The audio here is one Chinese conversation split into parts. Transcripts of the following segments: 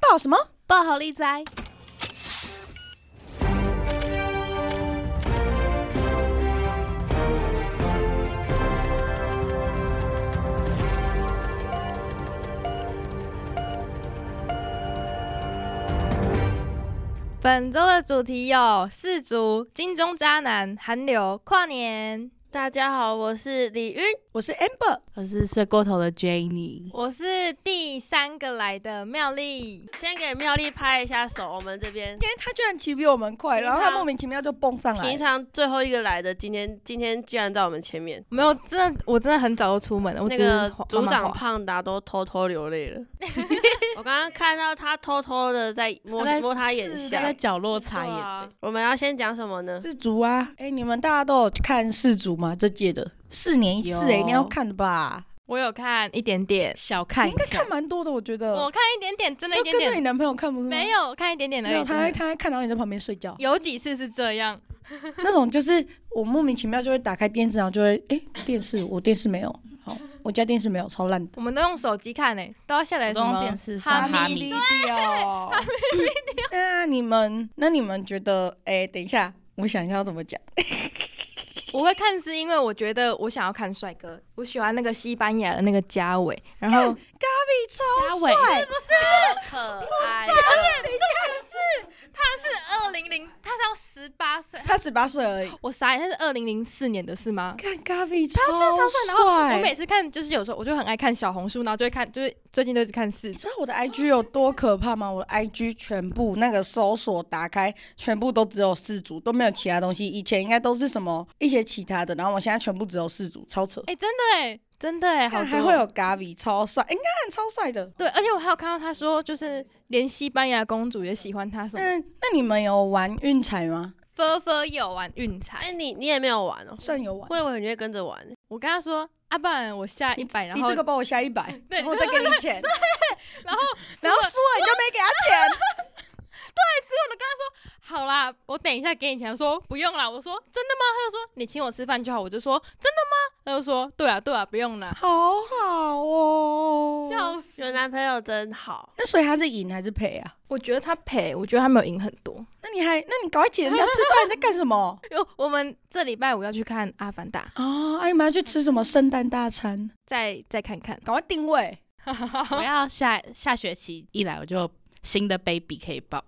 报什么？报好利哉！本周的主题有四足、金钟渣男、韩流、跨年。大家好，我是李云。我是 Amber，我是睡过头的 Jenny，我是第三个来的妙丽，先给妙丽拍一下手，我们这边今天他居然骑比我们快，平然常后他莫名其妙就蹦上来平。常最后一个来的，今天今天居然在我们前面。没有，真的，我真的很早就出门了。我那只是个滑组慢慢长滑胖达都偷偷流泪了， 我刚刚看到他偷偷的在摸他在摸他眼他在下。角落擦对眼。啊我们要先讲什么 呢？世足啊，哎、你们大家都有看世足吗？这届的四年一次、哎，有你要看的吧？我有看一点点，小看应一该下看，蛮多的，我觉得。我看一点点，真的一要点跟着你点，男朋友看不是吗？没有啊看一点点而没有，已。他真还的他还看到你在旁边睡 觉，有几次是这样，那种就是我莫名其妙就会打开电视，然后就会哎、电视我电视没有，好我家电视没有，超烂的。我们都用手机看诶，都要下载我什都用啊么电视哈放密哈利密对，那你们那你们觉得哎、等一下，我想一下要怎么讲。我会看是因为我觉得我想要看帅哥，我喜欢那个西班牙的那个嘉伟，然后嘉伟可爱，啊他是二零零，他是要十八岁， 他十八岁而已，我傻眼，他是二零零四年的是吗？看 Gavi 然后超我每帅。次看，就是有时候我就很爱看小红书，然后就会看，就是最近都一直看四你知道我的 IG 有多可怕吗？我的 IG 全部那个搜索打开，全部都只有四组，都没有其他东西。以前应该都是什么一些其他的，然后我现在全部只有四组，超扯。哎、真的哎、真的哎、好看多还会有 Gavi 超帅，应该很超帅的。对，而且我还有看到他说，就是连西班牙公主也喜欢他什么，嗯，那你们有玩运彩吗？菲菲有玩运彩，哎，你你也没有玩哦？算有玩。我以为你会跟着玩，我跟他说啊，不然我下一百，然你后嗯这个帮我下一百，对然后再给你 钱，然后然后输了你就没给他 钱。好啦，我等一下给你钱，他说不用啦，我说真的吗？他就说你请我吃饭就好，我就说真的吗？他就说对啊对啊，不用啦，好好哦。笑死！有男朋友真好。那所以他是赢还是赔啊？我觉得他赔，我觉得他没有赢很多。那你还，那你赶快请人家吃饭，你在干什 么？因为我们这礼拜五要去看《阿凡达》，啊，啊，你们要去吃什么圣诞大餐？再再看看。赶快定位。 我要下下学期一来我就有新的 baby 可以 抱，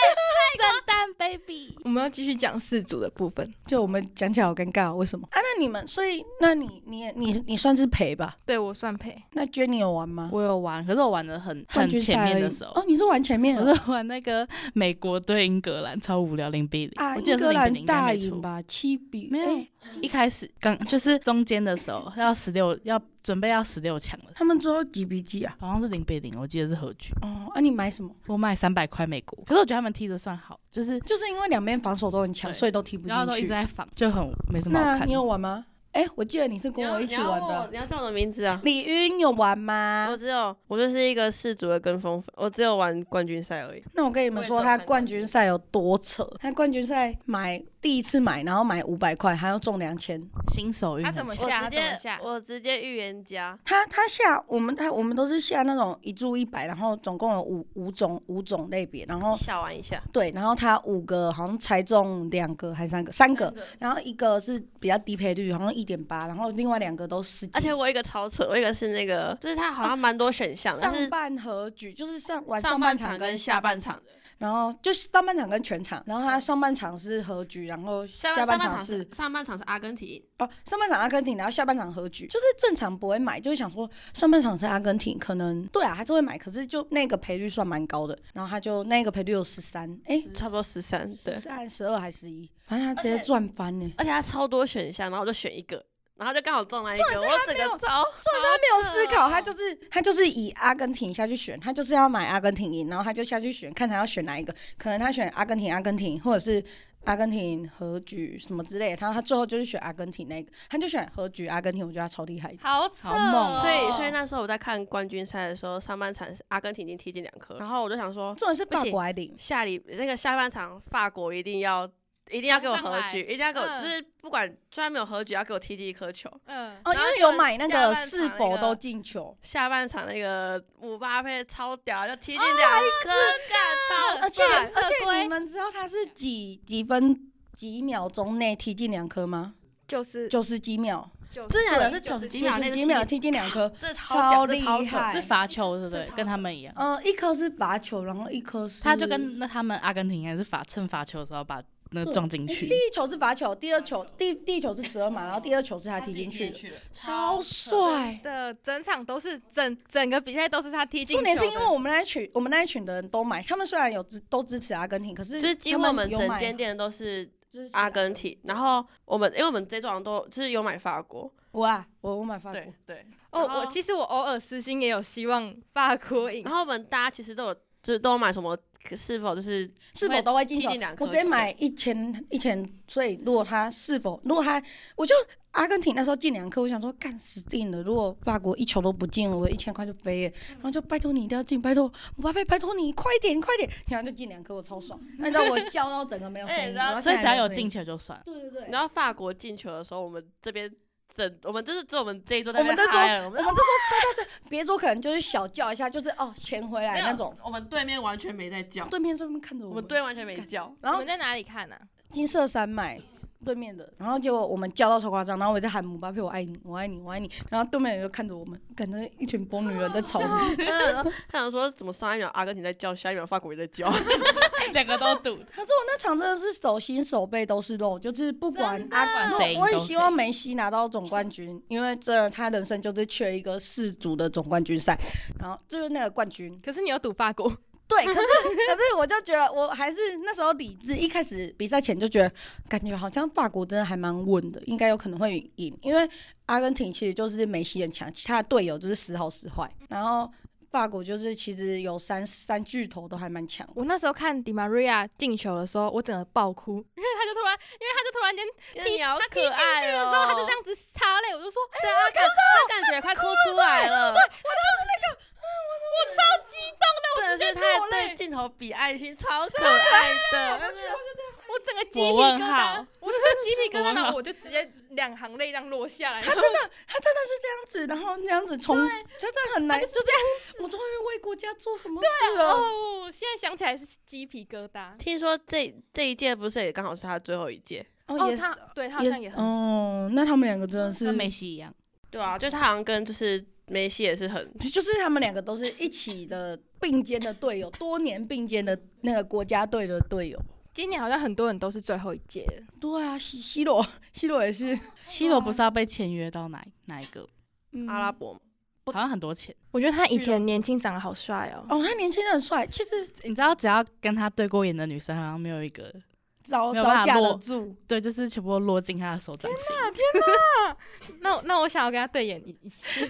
圣诞 baby。我们要继续讲四组的部分。就我们讲起来好尴尬哦，为什么？啊，那你们，所以那你你也你你算是赔吧？对我算赔，那 Jenny 有玩吗？我有玩，可是我玩的很冠很军前赛面而的已时候，哦，你是玩前面我的是玩那个美国对英格兰，超无聊零比零、啊？我记英得是零格比兰零，大没赢错。吧，七比没有哎一开始刚就是中间的时候要十六，要准备要十六强了，他们最后几比几啊？好像是零比零，我记得是和局。哦，啊，你买什么？我卖三百块美国，可是我觉得他们踢的算好，就是就是因为两边防守都很强，对所以都踢不然后都进一直去。在防，就很没什么好那看你有的。玩吗？哎，我记得你是跟我一起玩你要问我的。你要叫我的名字啊？李云有玩吗我？只有我就是一个世足的跟风粉，我只有玩冠军赛而已。那我跟你们说，我也只有他看冠军赛有多扯。他冠军赛买第一次买，然后买五百块，还要中两千。新手运他很怎么强我下直怎么接下我直接预言家，他他下我们他我们都是下那种一注一百，然后总共有五五种五种类别，然后小玩一下。对，然后他五个好像猜中两个还三个三个，然后一个是比较低赔率，好像一点八，然后另外两个都是而且我一个超扯，我一个是那个，就是它好像蛮多选项，但上是半和局就是上玩上半半场场跟跟下半场，然后就是上半场跟全场，然后他上半场是和局，然后下下上半半场场是上半场是阿根廷，哦，上半场阿根廷，然后下半场和局，就是正常不会买，就会想说上半场是阿根廷，可能对啊，还是会买，可是就那个赔率算蛮高的，然后他就那个赔率有十三，哎，差不多十三，对十，三、十二还是十一，反正他直接赚翻呢，而且它超多选项，然后我就选一个，然后就刚好中了一个，我整没有个超所以他没有思考，扯嗯他就是他就是以阿根廷下去选，他就是要买阿根廷赢，然后他就下去选，看他要选哪一个，可能他选阿根廷，阿根廷或者是。阿根廷和局什么之类的，然后他最后就是选阿根廷那个，他就选和局阿根廷，我觉得他超厉害的。好扯哦好猛所以，所以那时候我在看冠军赛的时候，上半场是阿根廷已经踢进两颗，然后我就想说，重点是不法行国还领，下里那个下半场法国一定要一定要给我上和来局，一定要给我，嗯就是不管虽然没有和局，要给我踢第一颗球。嗯，哦，因然后为就有买那下个半场是那否个都进球，下半场那个五八配超屌，就踢进哦两颗，干、超而且帅！而呃啊这且龟你们知道他是几几分几秒钟内踢进两颗吗？就是九十几秒，就之前的对是九90十几几秒，那几个秒踢踢进两颗，这超超屌，这厉超扯，害。是罚球，对不对这？超跟他们一样，嗯，一颗是罚球，然后一颗是他就跟那他们阿根廷还是罚趁罚球的时候把那个撞进去第，一球是罚球，第二球第第一球是十二码，然后第二球是他踢进去的，去了，超帅。的整场都是整整个比赛都是他踢进重球的，点是因为我们那一群我们那一群的人都买，他们虽然有支都支持阿根廷，可是就是几乎他我们有整买间店都是支持阿根廷，然后我们因为我们这桌都就是有买法国，我啊，我我买法国嗯对，对，哦，然后我其实我偶尔私心也有希望法国赢然，后我们大家其实都有就是都有买什么，是否就是是否都会进踢球进两？颗我直接买一千一千，所以如果他是否如果他，我就阿根廷那时候进两颗，我想说干死定了。如果法国一球都不进，我一千块就飞了。然后就拜托你一定要进，拜托姆巴佩，拜托你快点快点，然后就进两颗，我超爽。那你知道我叫到整个没有哎声你音知道，所以只要有进进，球就算了。对对对，你知道法国进球的时候，我们这边整我们就是只有我们这一桌在我们那边这桌嗨了我我们这们桌超大声，别桌可能就是小叫一下，就是哦钱回来那种。，没有我们对面完全没在叫，对面对面看着我我们们，对面完全没叫，然我后们在哪里看呢？啊金色山脉对面的，然后结果我们叫到超夸张，然后我在喊姆巴佩，我爱你，我爱你，我爱你，然后对面人就看着我们，感觉一群疯女人 在吵。他想说怎么上一秒阿根廷在叫，下一秒法国也在叫， 两个都赌，他说我那场真的是手心手背都是肉，就是不管真的啊阿不管我谁赢我很都希望梅西拿到总冠军，因为真的他人生就是缺一个世足的总冠军赛，然后就是那个冠军，可是你有赌法国，对， 可是可是我就觉得我还是那时候理智，一开始比赛前就觉得感觉好像法国真的还蛮稳的，应该有可能会赢，因为阿根廷其实就是梅西很强，其他的队友就是时好时坏，然后法国就是其实有三三巨头都还蛮强。我那时候看迪玛瑞亚进球的时候，我整个爆哭，因为他就突然，因为他就突然间踢你好他踢可进去爱的时哦！候，他就这样子擦泪，我就说对他感他感觉快哭出来了，我超激动的，真的我直接是他落还对泪，镜头比爱心，超可爱的，但是我整个鸡皮我问疙号瘩，我整个鸡皮疙我瘩，问然号后我就直接两行泪这样落下来。他真的，他真的是这样子，然后这样子从，真的很难，就这样子。我终于为国家做什么事了？哦，现在想起来是鸡皮疙瘩。听说这这一届不是也刚好是他最后一届？哦，也是他对他好也像是也很嗯哦，那他们两个真的 是跟梅西一 样。对啊，就他好像跟就是梅西也是很就是他们两个都是一起的并肩的队友，多年并肩的那个国家队的队友。今年好像很多人都是最后一届了，对啊，西西罗西罗也是，西罗不是要被签约到哪哪一个？嗯阿拉伯嘛，好像很多钱。我觉得他以前年轻长得好帅哦，哦，他年轻的很帅，其实你知道，只要跟他对过眼的女生，好像没有一个招没有办招法架得落住。对，就是全部都落进他的手掌心。那我那我想要跟他对眼一一次，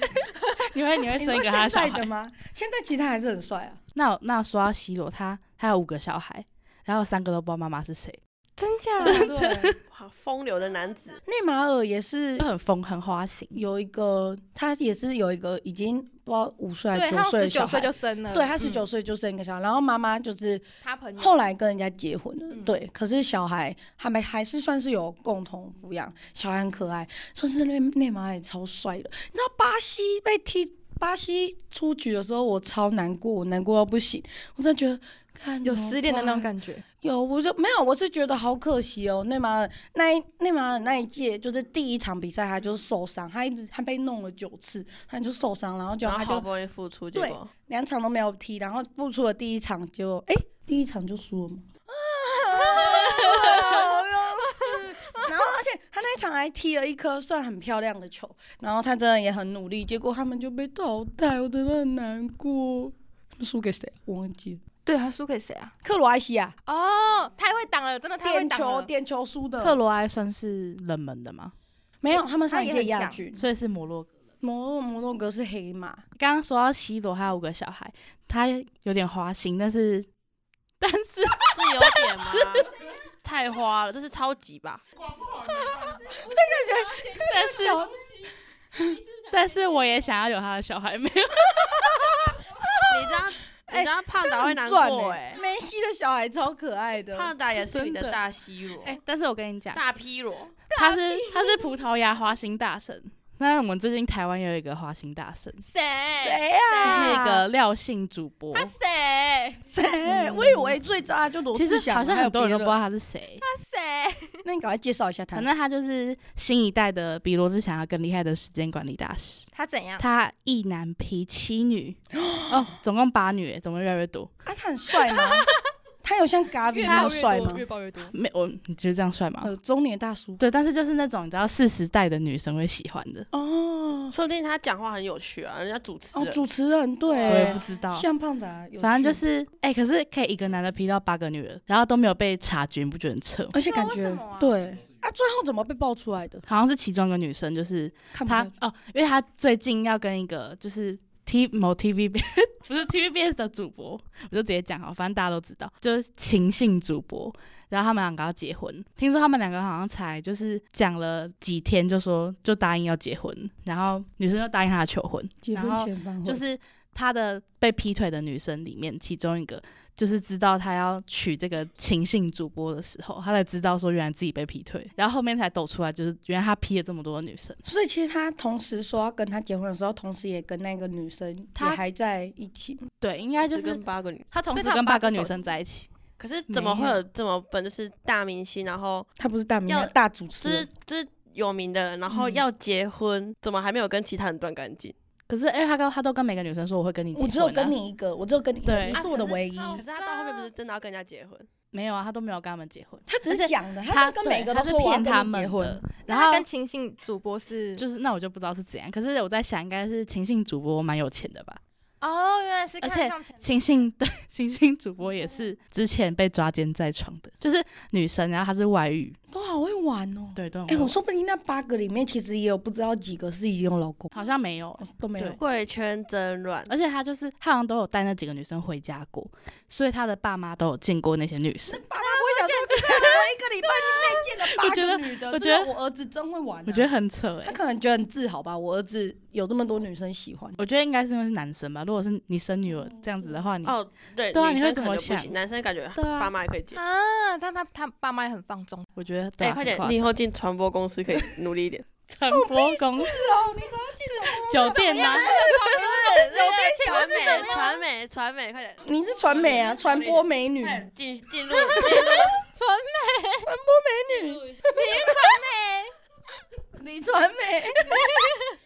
你会你会你生一说个他现小在孩的？吗？现在其实他还是很帅啊。 那那说到西罗，他他有五个小孩，然后三个都不知道妈妈是谁，真假？对，哇，风流的男子，内马尔也是就很疯很花心。有一个，他也是有一个已经不知道五岁还对，是九他岁十的小九岁孩就。生了，对他嗯十九，岁就生一个嗯小孩，然后妈妈就是他朋友后来跟人家结婚了，嗯对。可是小孩他们还是算是有共同抚养，小孩很可爱，算是内内马尔也超帅的。你知道巴西被踢，巴西出局的时候，我超难过，我难过到不行，我真的觉得。看有失恋的那种感觉，觉，有我就没有，我是觉得好可惜哦。内马尔那一内马尔那一届就是第一场比赛，他就受伤，他一直他被弄了九次，他就受伤，然后就然后他好就不容易复出，结对果两场都没有踢，然后付出了第一场，啊结果哎、第一场就输了嘛。 然后，而且他那一场还踢了一颗算很漂亮的球，然后他真的也很努力，结果他们就被淘汰，我真的很难过。他们输给谁？我忘记了，对他输给谁啊？克罗埃西亚哦，太会挡了，真的太会点挡啊球了，点球输克的，罗埃算是冷门的嘛，没有，他们上一他也届很亚强军。所以是摩洛哥。摩摩洛哥是黑马，刚刚说到西罗，他有五个小孩，他有点花心，但是 但是是有点吗？太花了，这是超级吧？但是，但是我也想要有他的小孩，没有。你这样你知道胖达会难赚过欸哎，梅西的小孩超可爱的，胖达也是你真的的大西罗，哎、 但是我跟你讲，大 P 罗，他是他是葡萄牙花心大神。那我们最近台湾有一个花心大神，谁？谁啊呀？是一个廖姓主播，他谁？谁？我以为最渣就嗯罗其志实祥，啊好像还有很多人都别不知道他是谁。他谁？那你赶快介绍一下他啊啊反。正他就是新一代的比罗志祥要更厉害的时间管理大师。他怎啊样？他一男劈七 女，哦，总共八女耶，怎么越来越多？啊，他很帅 吗？他有像嘎比越那爆么帅越吗多，？越爆越多。没，我你觉得这样帅吗？呃，中年大叔对，但是就是那种你知道四十代的女生会喜欢的，哦说不定他讲话很有趣啊，人家主持哦，人主持人我也对不，知道。像胖达，有反正就趣，是，哎、可是可以一个男的劈到八个女人，然后都没有被察觉，你不觉得很扯吗？而且感为觉什么啊对啊，最后怎么被爆出来的？好像是其中一个女生，就是看不她出哦，因为她最近要跟一个就是 T 某 TVB 不是 TVBS 的主播，我就直接讲好，反正大家都知道，就是情性主播，然后他们两个要结婚，听说他们两个好像才就是讲了几天，就说就答应要结婚，然后女生就答应他求婚，结然婚后前方就是他的被劈腿的女生里面，其中一个就是知道他要娶这个情性主播的时候，他才知道说原来自己被劈腿，然后后面才抖出来，就是原来他劈了这么多女生。所以其实他同时说要跟他结婚的时候，同时也跟那个女生也他还在一起。对，应该就只是跟八个女，他同时所以他跟有八八个只手女生在一起。可是怎么没会有有这么笨？就是大明星，然后他不是大名要大主持就是人，就是有名的人，然后嗯要结婚，怎么还没有跟其他人断干净？可是因为他跟他都跟每个女生说我会跟你结婚、啊，我只有跟你一个，我只有跟你一个，对你啊是我的唯一。可哦可是他到后面不是真的要跟人家结婚？没有啊，他都没有跟他们结婚，他只而是且讲的，他他跟每个对都他是说我要骗跟他你们结的婚，，然那后他跟情性主播是就是那我就不知道是怎样，可是我在想，应该是情性主播蛮有钱的吧？哦，原来是看而且上嗯前情性 对情性主播也是之前被抓奸在床的，就是女生，然后她是外遇，都好会玩哦。对对，哎、我说不定那八个里面，其实也有不知道几个是已经有老 公，好像没有，哦都没有对。啊贵圈真乱，而且她就是她好像都有带那几个女生回家过，所以她的爸妈都有见过那些女生。爸妈不会想说，这个人我一个礼拜就内建了八个女的，我觉真的得我儿子真会玩啊、我觉得很扯哎、他可能觉得很自豪吧，我儿子有这么多女生喜欢。我觉得应该是因为是男生吧，如果是你生女儿这样子的话，你、哦，对，对啊女你会生可怎能么就不行，想男生感觉对啊爸妈也可以结。啊，但他他爸妈也很放纵，我觉得对、哎，啊，快点很夸，张你以后进传播公司可以努力一 点。传播公司哦，你怎么记得？酒店吗？ 传媒，哎传媒，传媒，快点，你是传媒哎啊，传播美女，快嗯点进进入 进传播美女，你传媒，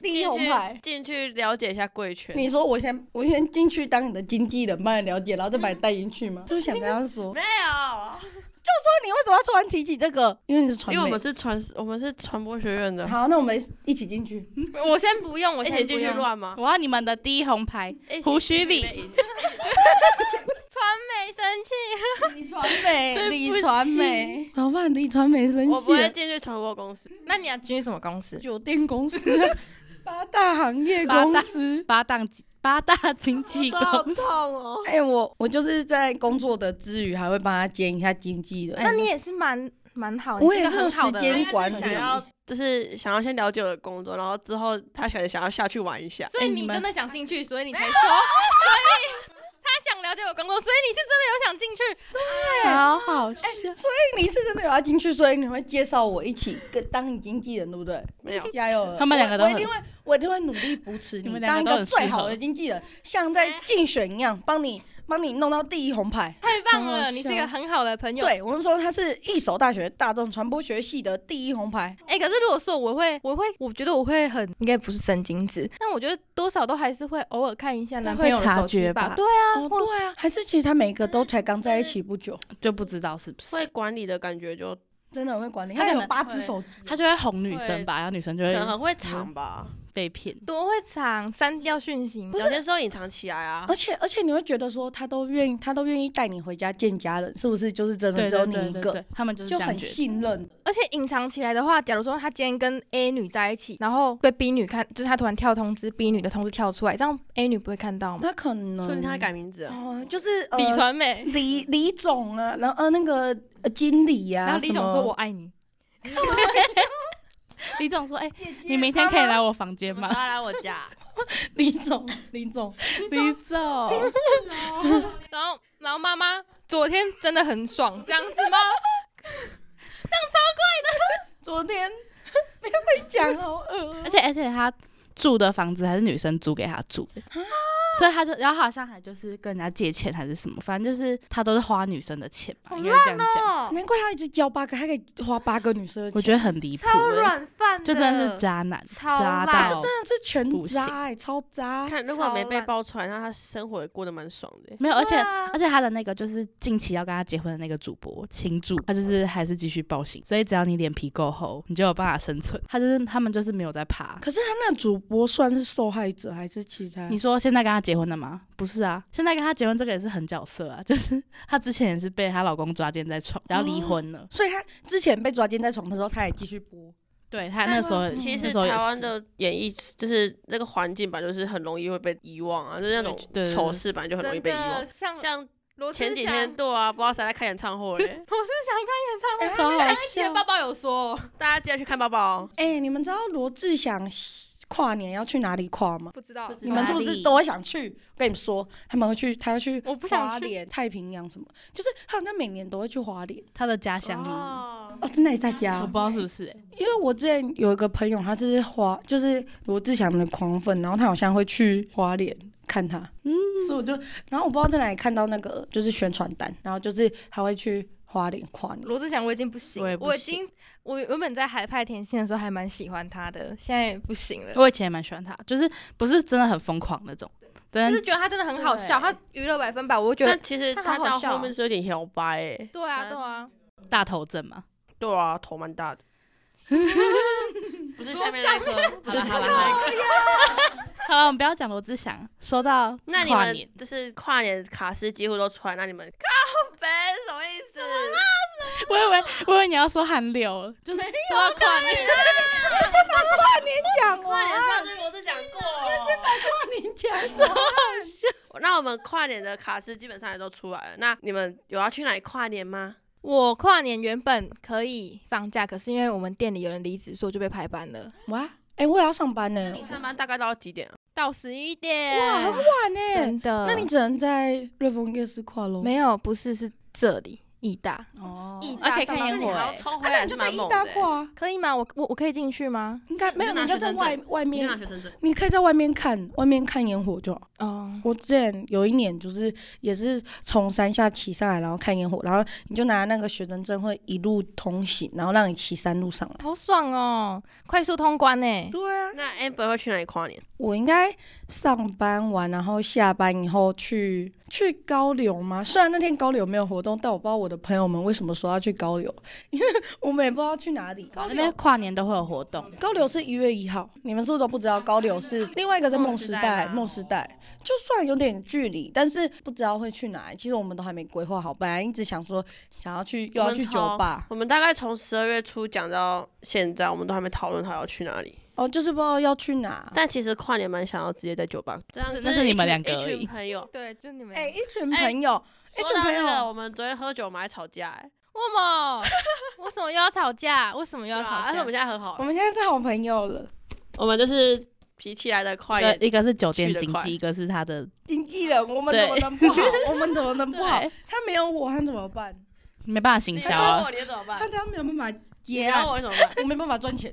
第一入红进牌去。进去了解一下贵圈。 你说我先我先进去当你的经纪人，帮你了解，然后再把你带进去吗？是不是想这样说？没有，那你为什么要突然提起这个？因为你是传媒。因为我们是传我们是传播学院的，好，那我们一起进去。 我先不用，哎我一先起不进去用乱吗？我要你们的第一红牌一起胡须进去里里，面赢传媒生气，李传媒，李传媒，老板，李传媒生我不气会了。进去传播公司， 那你要进去什么公司？酒店公司，八大行业八公大司。八大八大经纪公司。痛哦！哎、我我就是在工作的之余，还会帮他兼一下经纪人。那你也是蛮蛮好，我哎哦你也是一是个很好的有时人间管理哎想要就是想要先了解我的工作，然后之后他可能想要下去玩一下。所以哎你你们真的想进去，所以你才说，所以他想了解我工作，所以你是真的有想进去，好好笑。你是真的有要进去，所以你会介绍我一起跟当你经纪人，对不对？没有，加油！他们两个都我，我很一定会，我一定会努力扶持你你，们两个当一都个很最适合好的经纪人，像在竞选一样，帮你帮你弄到第一红牌。太棒好好了，你是一个笑很好的朋友。对，我们说他是一手大学大众传播学系的第一红牌，哎、可是如果说我会，我会，我觉得我会很，应该不是神经质，但我觉得多少都还是会偶尔看一下男朋友的手机会察觉吧对啊，哦，对啊，还是其实他每一个都才刚在一起不久，就不知道是不会是，管理的感觉就真的很会管理，他可他有能八只手机，他就会哄女生吧，然后女生就可会能很会藏吧，被骗。多会藏，删掉讯息。有些时候隐藏起来啊而。且而且你会觉得说他都愿意，他都愿意带你回家见家人，是不是？就是真的对只有对你对一对个，对，他们就是就这样很觉得。信任。而且隐藏起来的话，假如说他今天跟 A 女在一起，然后被 B 女看，就是他突然跳通知，B 女的通知跳出来，这样 A 女不会看到吗？他可能说不定他改名字啊 了，哦，就是啊呃李传美，李李总啊，然后呃那个呃经理呀、啊，然后李总什说么我爱你，李总说：“哎，你明天可以来我房间怎么说吗他来我家？林总，林总，你走，然后，然后妈妈昨天真的很爽，这样子吗？昨天不要再讲，好恶而且而且他住的房子还是女生租给他住的，啊所以他就然后好像还就是跟人家借钱还是什么，反正就是他都是花女生的钱吧，好应该这样讲，哦， 难怪他一直教八个，他可以花八个女生的钱。我觉得很离谱、超欸，软饭的，就真的是渣男，超渣烂到就真的是全不行渣哎、超 渣。看如果没被超烂爆出来，那他生活也过得蛮爽的。没有，而且对啊而且他的那个就是近期要跟他结婚的那个主播青柱，他就是还是继续暴行，所以只要你脸皮够厚，你就有办法生存。他就是他们就是没有在怕。可是他那主播算是受害者还是其他？你说现在跟他结婚了吗？不是啊，现在跟他结婚这个也是很角色啊，就是 她之前也是被她老公抓奸在床，然后离婚了。所以他之前被抓奸在床的时候，他也继续播。对她那时候嗯其那实时候也台湾是的演艺就是那个环境吧，就是很容易会被遗忘啊，就是那种对对对丑事本来就很容易被遗真忘的。像像罗志前几祥天，对啊，不知道谁在开演唱会 嘞，我是想看演唱会。哎超好而且笑。爸爸有说，大家记得去看包哦包。哎、你们知道罗志祥跨年要去哪里跨吗？不知道不，知你们是不哪是里都会想去？跟你们说，他们会去，他要去我不花想去。莲、太平洋什么，就是他好像每年都会去花莲。她的家乡是不是哦哦，那也在家我不知道是不是、欸，因为我之前有一个朋友，他就是花，就是罗志祥的狂粉，然后他好像会去花莲看他，嗯，所以我就，然后我不知道在哪里看到那个就是宣传单，然后就是他会去花莲跨 年，罗志祥我已经不行，我也我不已经我原本在海派甜心的时候还蛮喜欢他的，现在也不行了。我以前也蛮喜欢她，就是不是真的很疯狂那种，就真是的觉得他真的很好笑，对他娱乐百分百，我觉得但其实他他好好到笑后面是有点摇摆诶，对啊对啊，大头症嘛。对啊，头蛮大的， 不是下面那一 颗，不好是了下好面了那一颗。好了，我们不要讲罗志祥。说到那你跨们，年就是跨年卡斯几乎都穿，那你们靠北什么意思？我以为我以为你要说韩流了，就是说到跨年，讲跨完年上次罗志讲过，跨年讲完，那我们跨年的卡斯基本上也都出来了。那你们有要去哪里跨年吗？我跨年原本可以放假，可是因为我们店里有人离职，所以我就被排班了，哇，哎、我也要上班呢、你上班大概到几点啊？到十一点。哇，很晚呢、真的？那你只能在瑞丰夜市跨喽，没有？不是，是这里义大哦义大而且看上烟班族火你还欸要，抽啊回那 来是你就在蛮义猛大的欸。跨啊，可以吗？我我我可以进去吗？应该没有，你就拿你就学在生外外你就拿面学，生证，你可以在外面看，外面看烟火就好。哦，我之前有一年就是也是从山下骑上来，然后看烟火，然后你就拿那个学生证会一路通行，然后让你骑山路上来。好爽哦！快速通关欸呢、对啊，那 Amber 会去哪里跨年？我应该上班完，然后下班以后去去高流吗？虽然那天高流没有活动，但我不知道我的朋友们为什么说要去高流，因为 我们也不知道去哪里。高啊那边跨年都会有活动，高流是一月一号，你们是不是都不知道？高流是另外一个在嗯梦时代，梦梦时时代就算有点距离，但是不知道会去哪里。其实我们都还没规划好，本来一直想说想要去，又要去酒吧，我们大概从十二月初讲到现在，我们都还没讨论好要去哪里。哦，就是不知道要去哪。但其实跨年蛮想要直接在酒吧，哦这样那是就是你一们群两个而一已群朋 友。对，就你们哎、一群朋友，说群到朋这个友我们昨天喝酒，我们还吵架、欸，为什么？ 为什么又要吵架？为什么又要对啊吵但是架？我们现在和好我了，们现在是好朋友了。我们就是脾气来的快一一个点。一个是酒店去得经快济，一个是他的，经纪人，我们怎么对能不好？ 我们怎么能不好对？他没有我，他怎么办？没办法行销要啊。我，你怎么办他？这样没有办法你接案要，我，你怎么办？我没办法赚钱。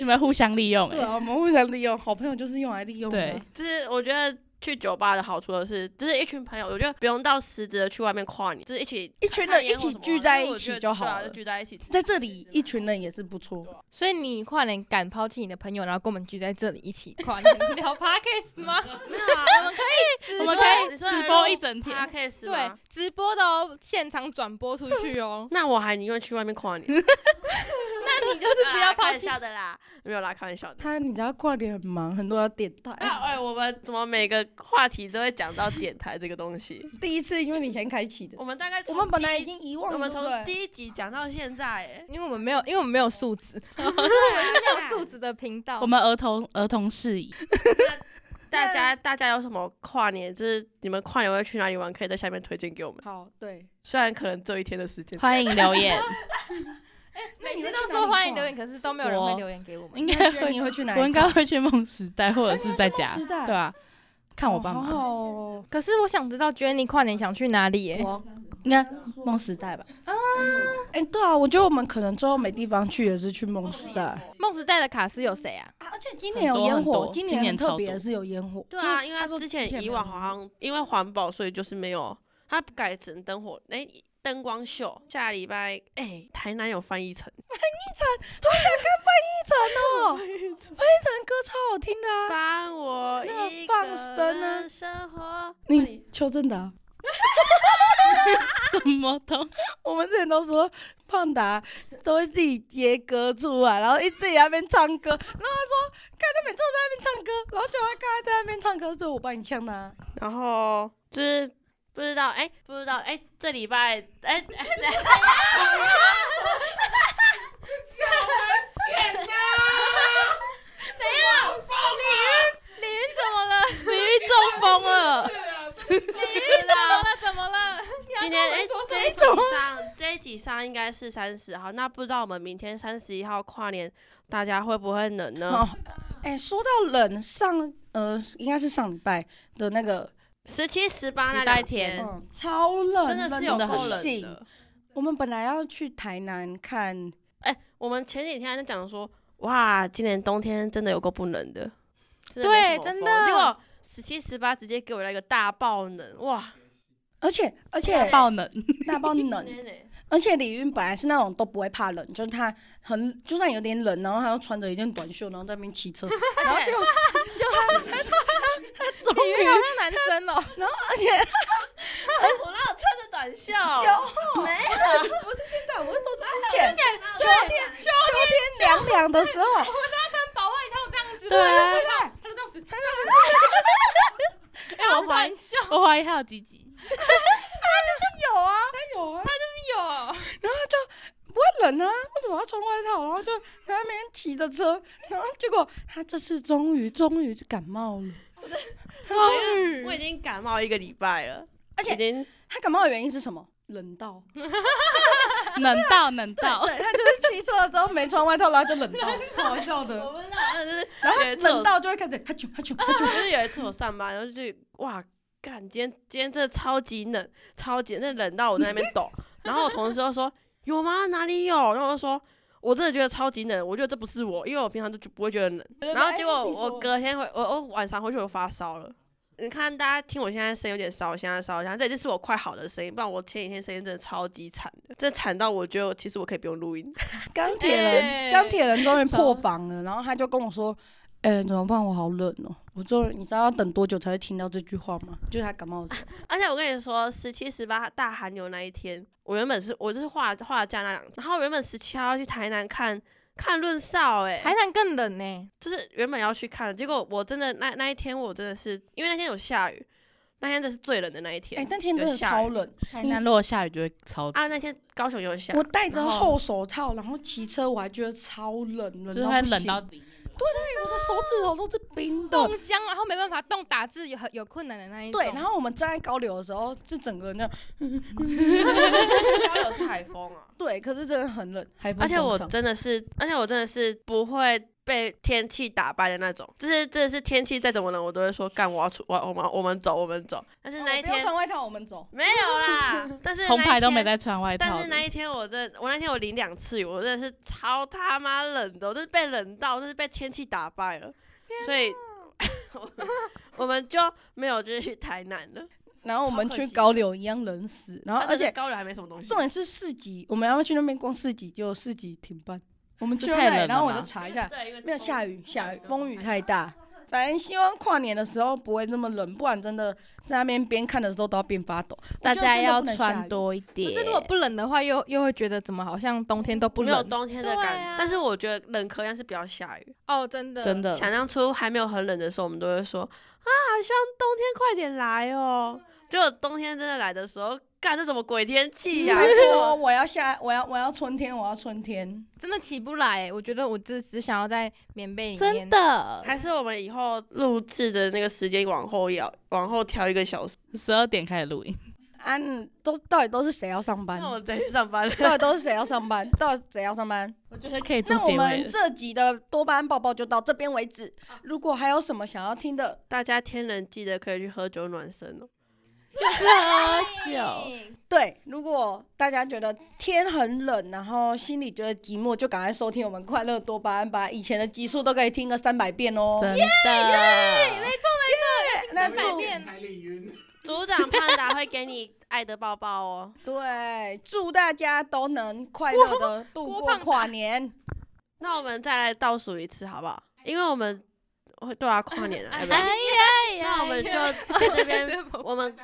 你们互相利用对哎，啊，我们互相利用，好朋友就是用来利用的。对就是我觉得去酒吧的好处就是，就是一群朋友，我觉得不用到实质的去外面跨年，就是一起一群看人一烟火起什么聚的在就是一我觉起得就好对啊了。聚在一起。在这里，一群人也是不错。所以你跨年敢抛弃你的朋友，然后跟我们聚在这里一起 跨年聊 podcast 吗？没有啊， 直我播们可以直播一整天， podcast 对吗？。直播的哦，现场转播出去哦 那我还宁愿去外面跨 年，那你就是不要抛弃笑的啦，没有啦，开玩笑的。他，你知道跨年很忙，很多要点 台。那哎，我们怎么每个话题都会讲到电台这个东西？第一次因为你先开启的， 我们大概我从们本来第已一经遗忘了，哦我们对从不对第一集讲到现在，哎，因为我们没有，因为我们没有素质，我们没有素质的频道。我们儿童儿童 事宜，大家大家有什么跨年？就是你们跨年会去哪里玩？可以在下面推荐给我们。好对。虽然可能只有一天的时间，欢迎留言。每次都说欢迎留言，可是都没有人会我留言给我们。应你该会觉得会，你会去哪里看？我应该会去梦时代或者是在家哎你要去梦时，代对啊，看我爸哦妈。好好哦可是我想知道 Jenny 跨年想去哪里耶？我应该梦时代 吧，哎、对啊，我觉得我们可能之后没地方去，也是去梦时代啊。梦时代的卡斯有谁啊？而且今年有很多烟很火多，今今年很年特超别多是有烟火。对啊，就是因为他说之前没以有往好像因为环保，所以就是没有，他改成灯火哎、灯光秀。下礼拜哎、台南有翻译成真的哦，飞腾歌超好听的啊！翻我那一放个生啊人生活。你邱正达，什么都我们之前都说胖达都会自己接歌出来，然后一直在那边唱歌，然后他说看他每次都在那边唱歌，然后结果他刚才在那边唱歌，所以我帮你呛啊他。然后就是不知道，哎、不知道，哎、这礼拜，哎、哎 哎怎样？啊李云，李云怎么了？李玉中风了，李云怎么了？怎么了？今天哎、这一集上这一集上应该是三十号，那不知道我们明天三十一号跨年，大家会不会冷呢哦？，哎、说到冷，上呃应该是上礼拜的那个，十七、十八那礼拜两天，嗯，超冷，真的是有冷够不冷行的。我们本来要去台南看，哎、我们前几天还在讲说，哇，今年冬天真的有够不冷的，真的没什对么真风的结果十七、十八直接给我来一个大爆冷，哇！而且而且 爆冷， 大爆 冷，而且李云本来是那种都不会怕冷，就是他很就算有点冷，然后他又穿着一件短袖，然后在那边骑 车，然后就就他他他他终李于云好像男生哦，而且我哪有穿着短袖？有没有？我是说之前秋天秋天凉凉的时候，穿薄外套这样子，对啊外套，他就这样子，哎我怀短疑，袖我怀疑他有几集，有啊，他有啊，有。然后就不会冷啊，为什么要穿外套？然后就在那边骑着车，然后结果他这次终于终于就感冒了，终于，我已经感冒一个礼拜了，而且已经他感冒的原因是什么？冷到， 冷到冷到，对他就是骑车的时候没穿外套，然后就冷到， 超好笑的。我不知道，真的是然后有一次冷我到就会开始哈啾 哈啾哈啾，就是有一次我上班，然后就觉得哇，干，今天今天真的超级冷，超级真的冷到我在那边抖。 然后我同事就说有吗？哪里有？然后我就说我真的觉得超级冷，我觉得这不是我，因为我平常就不会觉得冷。啊然哎后结果我隔天回我我晚上回去我发烧了。你看，大家听我现在声音有点烧，现在烧，现在这就是我快好的声音，不然我前几天声音真的超级惨的，这惨到我觉得我其实我可以不用录音。钢铁人哎钢铁人终于破防了，然后他就跟我说。哎、怎么办？我好冷哦！我终于，你知道要等多久才会听到这句话吗？就是他感冒的时候，而且我跟你说，十七、十八大寒流那一天，我原本是我就是画画假那两，然后原本十七号要去台南看看论少、欸，台南更冷呢，就是原本要去看，结果我真的那那一天我真的是因为那天有下雨，那天真是最冷的那一天。哎、那天真的有下雨超冷，台南如果下雨就会超级啊，那天高雄有下我，戴着然后厚手套，然后骑车，我还觉得超冷，冷就到是会不冷行到对，底。我的手指头都是冰的。冻僵，然后没办法动，打字有很有困难的那一种。对，然后我们站在高流的时候，是整个人那样。高雄是海风 啊。对，可是真的很冷，还而且我真的是，而且我真的是不会被天气打败的那种，就是真的是天气再怎么冷，我都会说干，我要出，我要我们我们走，我们走。但是那一天、穿外套，我们走。没有 啦，但是红那一牌都没天在穿外套但的，是那一天我真的，我那天我淋两次雨，我真的是超他妈冷的，我真是被冷到，我真是被天气打败了，所以我们 我们就没有就是去台南了。然后我超们可去惜高流一样冷死，然后啊哦而真的且高流还没什么东西重，点是市集，我们要去那边逛市集，结果市集停办。我们去这那太里，冷然后我了就吧查一下，对，因为没有下雨，下雨风雨太大。大。反正希望跨年的时候不会这么冷，不然真的在那边边看的时候都要边发抖。我大觉得家真的要不能下穿雨多一可点。是如果不冷的话，又又会觉得怎么好像冬天都不没有冷冬天的感对啊但是我觉得冷可以，但是不要下雨。哦，真的真。嗯的，想象出还没有很冷的时候，我们都会说啊，希望冬天快点来哦。结果冬天真的来的时候，干这什么鬼天气 呀、还这是种我我要下，我要我要春天，我要春天。真的起不来欸，我觉得我只只想要在棉被里面真。的，还是我们以后录制的那个时间往后要往后调一个小时， 十二点开始录音，啊，嗯都到底都是谁要上班那？ 我再去上班了。到底都是谁要上班？到底谁要上班？我觉得可以做那我结尾们了。这集的多巴胺抱抱就到这边为止。如果还有什么想要听的，大家天冷记得可以去喝酒暖身哦。喝酒，哎对，如果大家觉得天很冷，然后心里觉得寂寞，就赶快收听我们快乐多巴胺吧，以前的集数都可以听个三百遍哦。真哎没的，错没错，那三祝百遍。海里云。组长胖达会给你爱的抱抱哦。对，祝大家都能快乐的度郭过胖跨年。那我们再来倒数一次好不好？因为我们会对啊跨 年啊，哎对不哎对呀那我们就在这 边，我们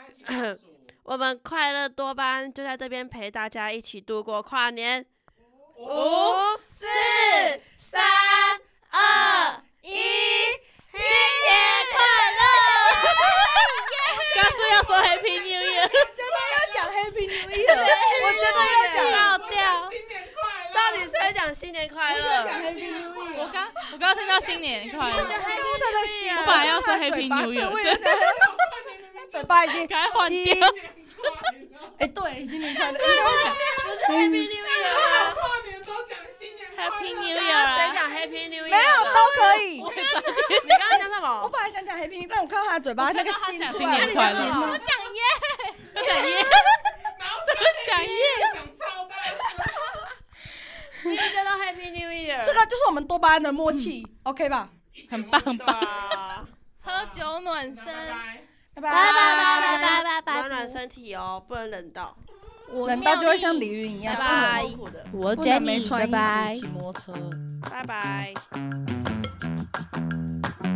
我们快乐多巴胺就在这边陪大家一起度过跨年。五四三二一， 新年快刚说要说 Happy New Year，要讲 Happy New Year，我真的要想笑我掉讲。新年快乐！到底是要讲新年快乐？讲新年快乐？我刚我刚刚听到新年快乐，刚刚他的心，我本来要说他的 Happy 嘴巴 New Year，对我也是嘴巴已 经赶快换新掉。新年快乐！哎，对，新年快乐。不是 Happy New Year 吗？跨年都讲新年快乐 Happy New 对 Year 啊，谁啊！讲 Happy New Year？没有都可以。我也知道你刚刚讲什我么？本来想讲 Happy，New Year，但我看到他的嘴巴那个我看到他心讲出新来年快乐那个心我吗讲耶！不敢耶。然后这个讲业讲超大声，你叫到 Happy New Year。这个就是我们多巴胺的默契，OK 吧？很棒很哇，喝酒暖身拜，拜拜。拜拜拜拜拜拜拜暖暖身体哦，不能冷到，冷到就会像李云一样，拜不能很拜痛苦的。我不能没穿衣服骑摩托车。拜拜。拜拜。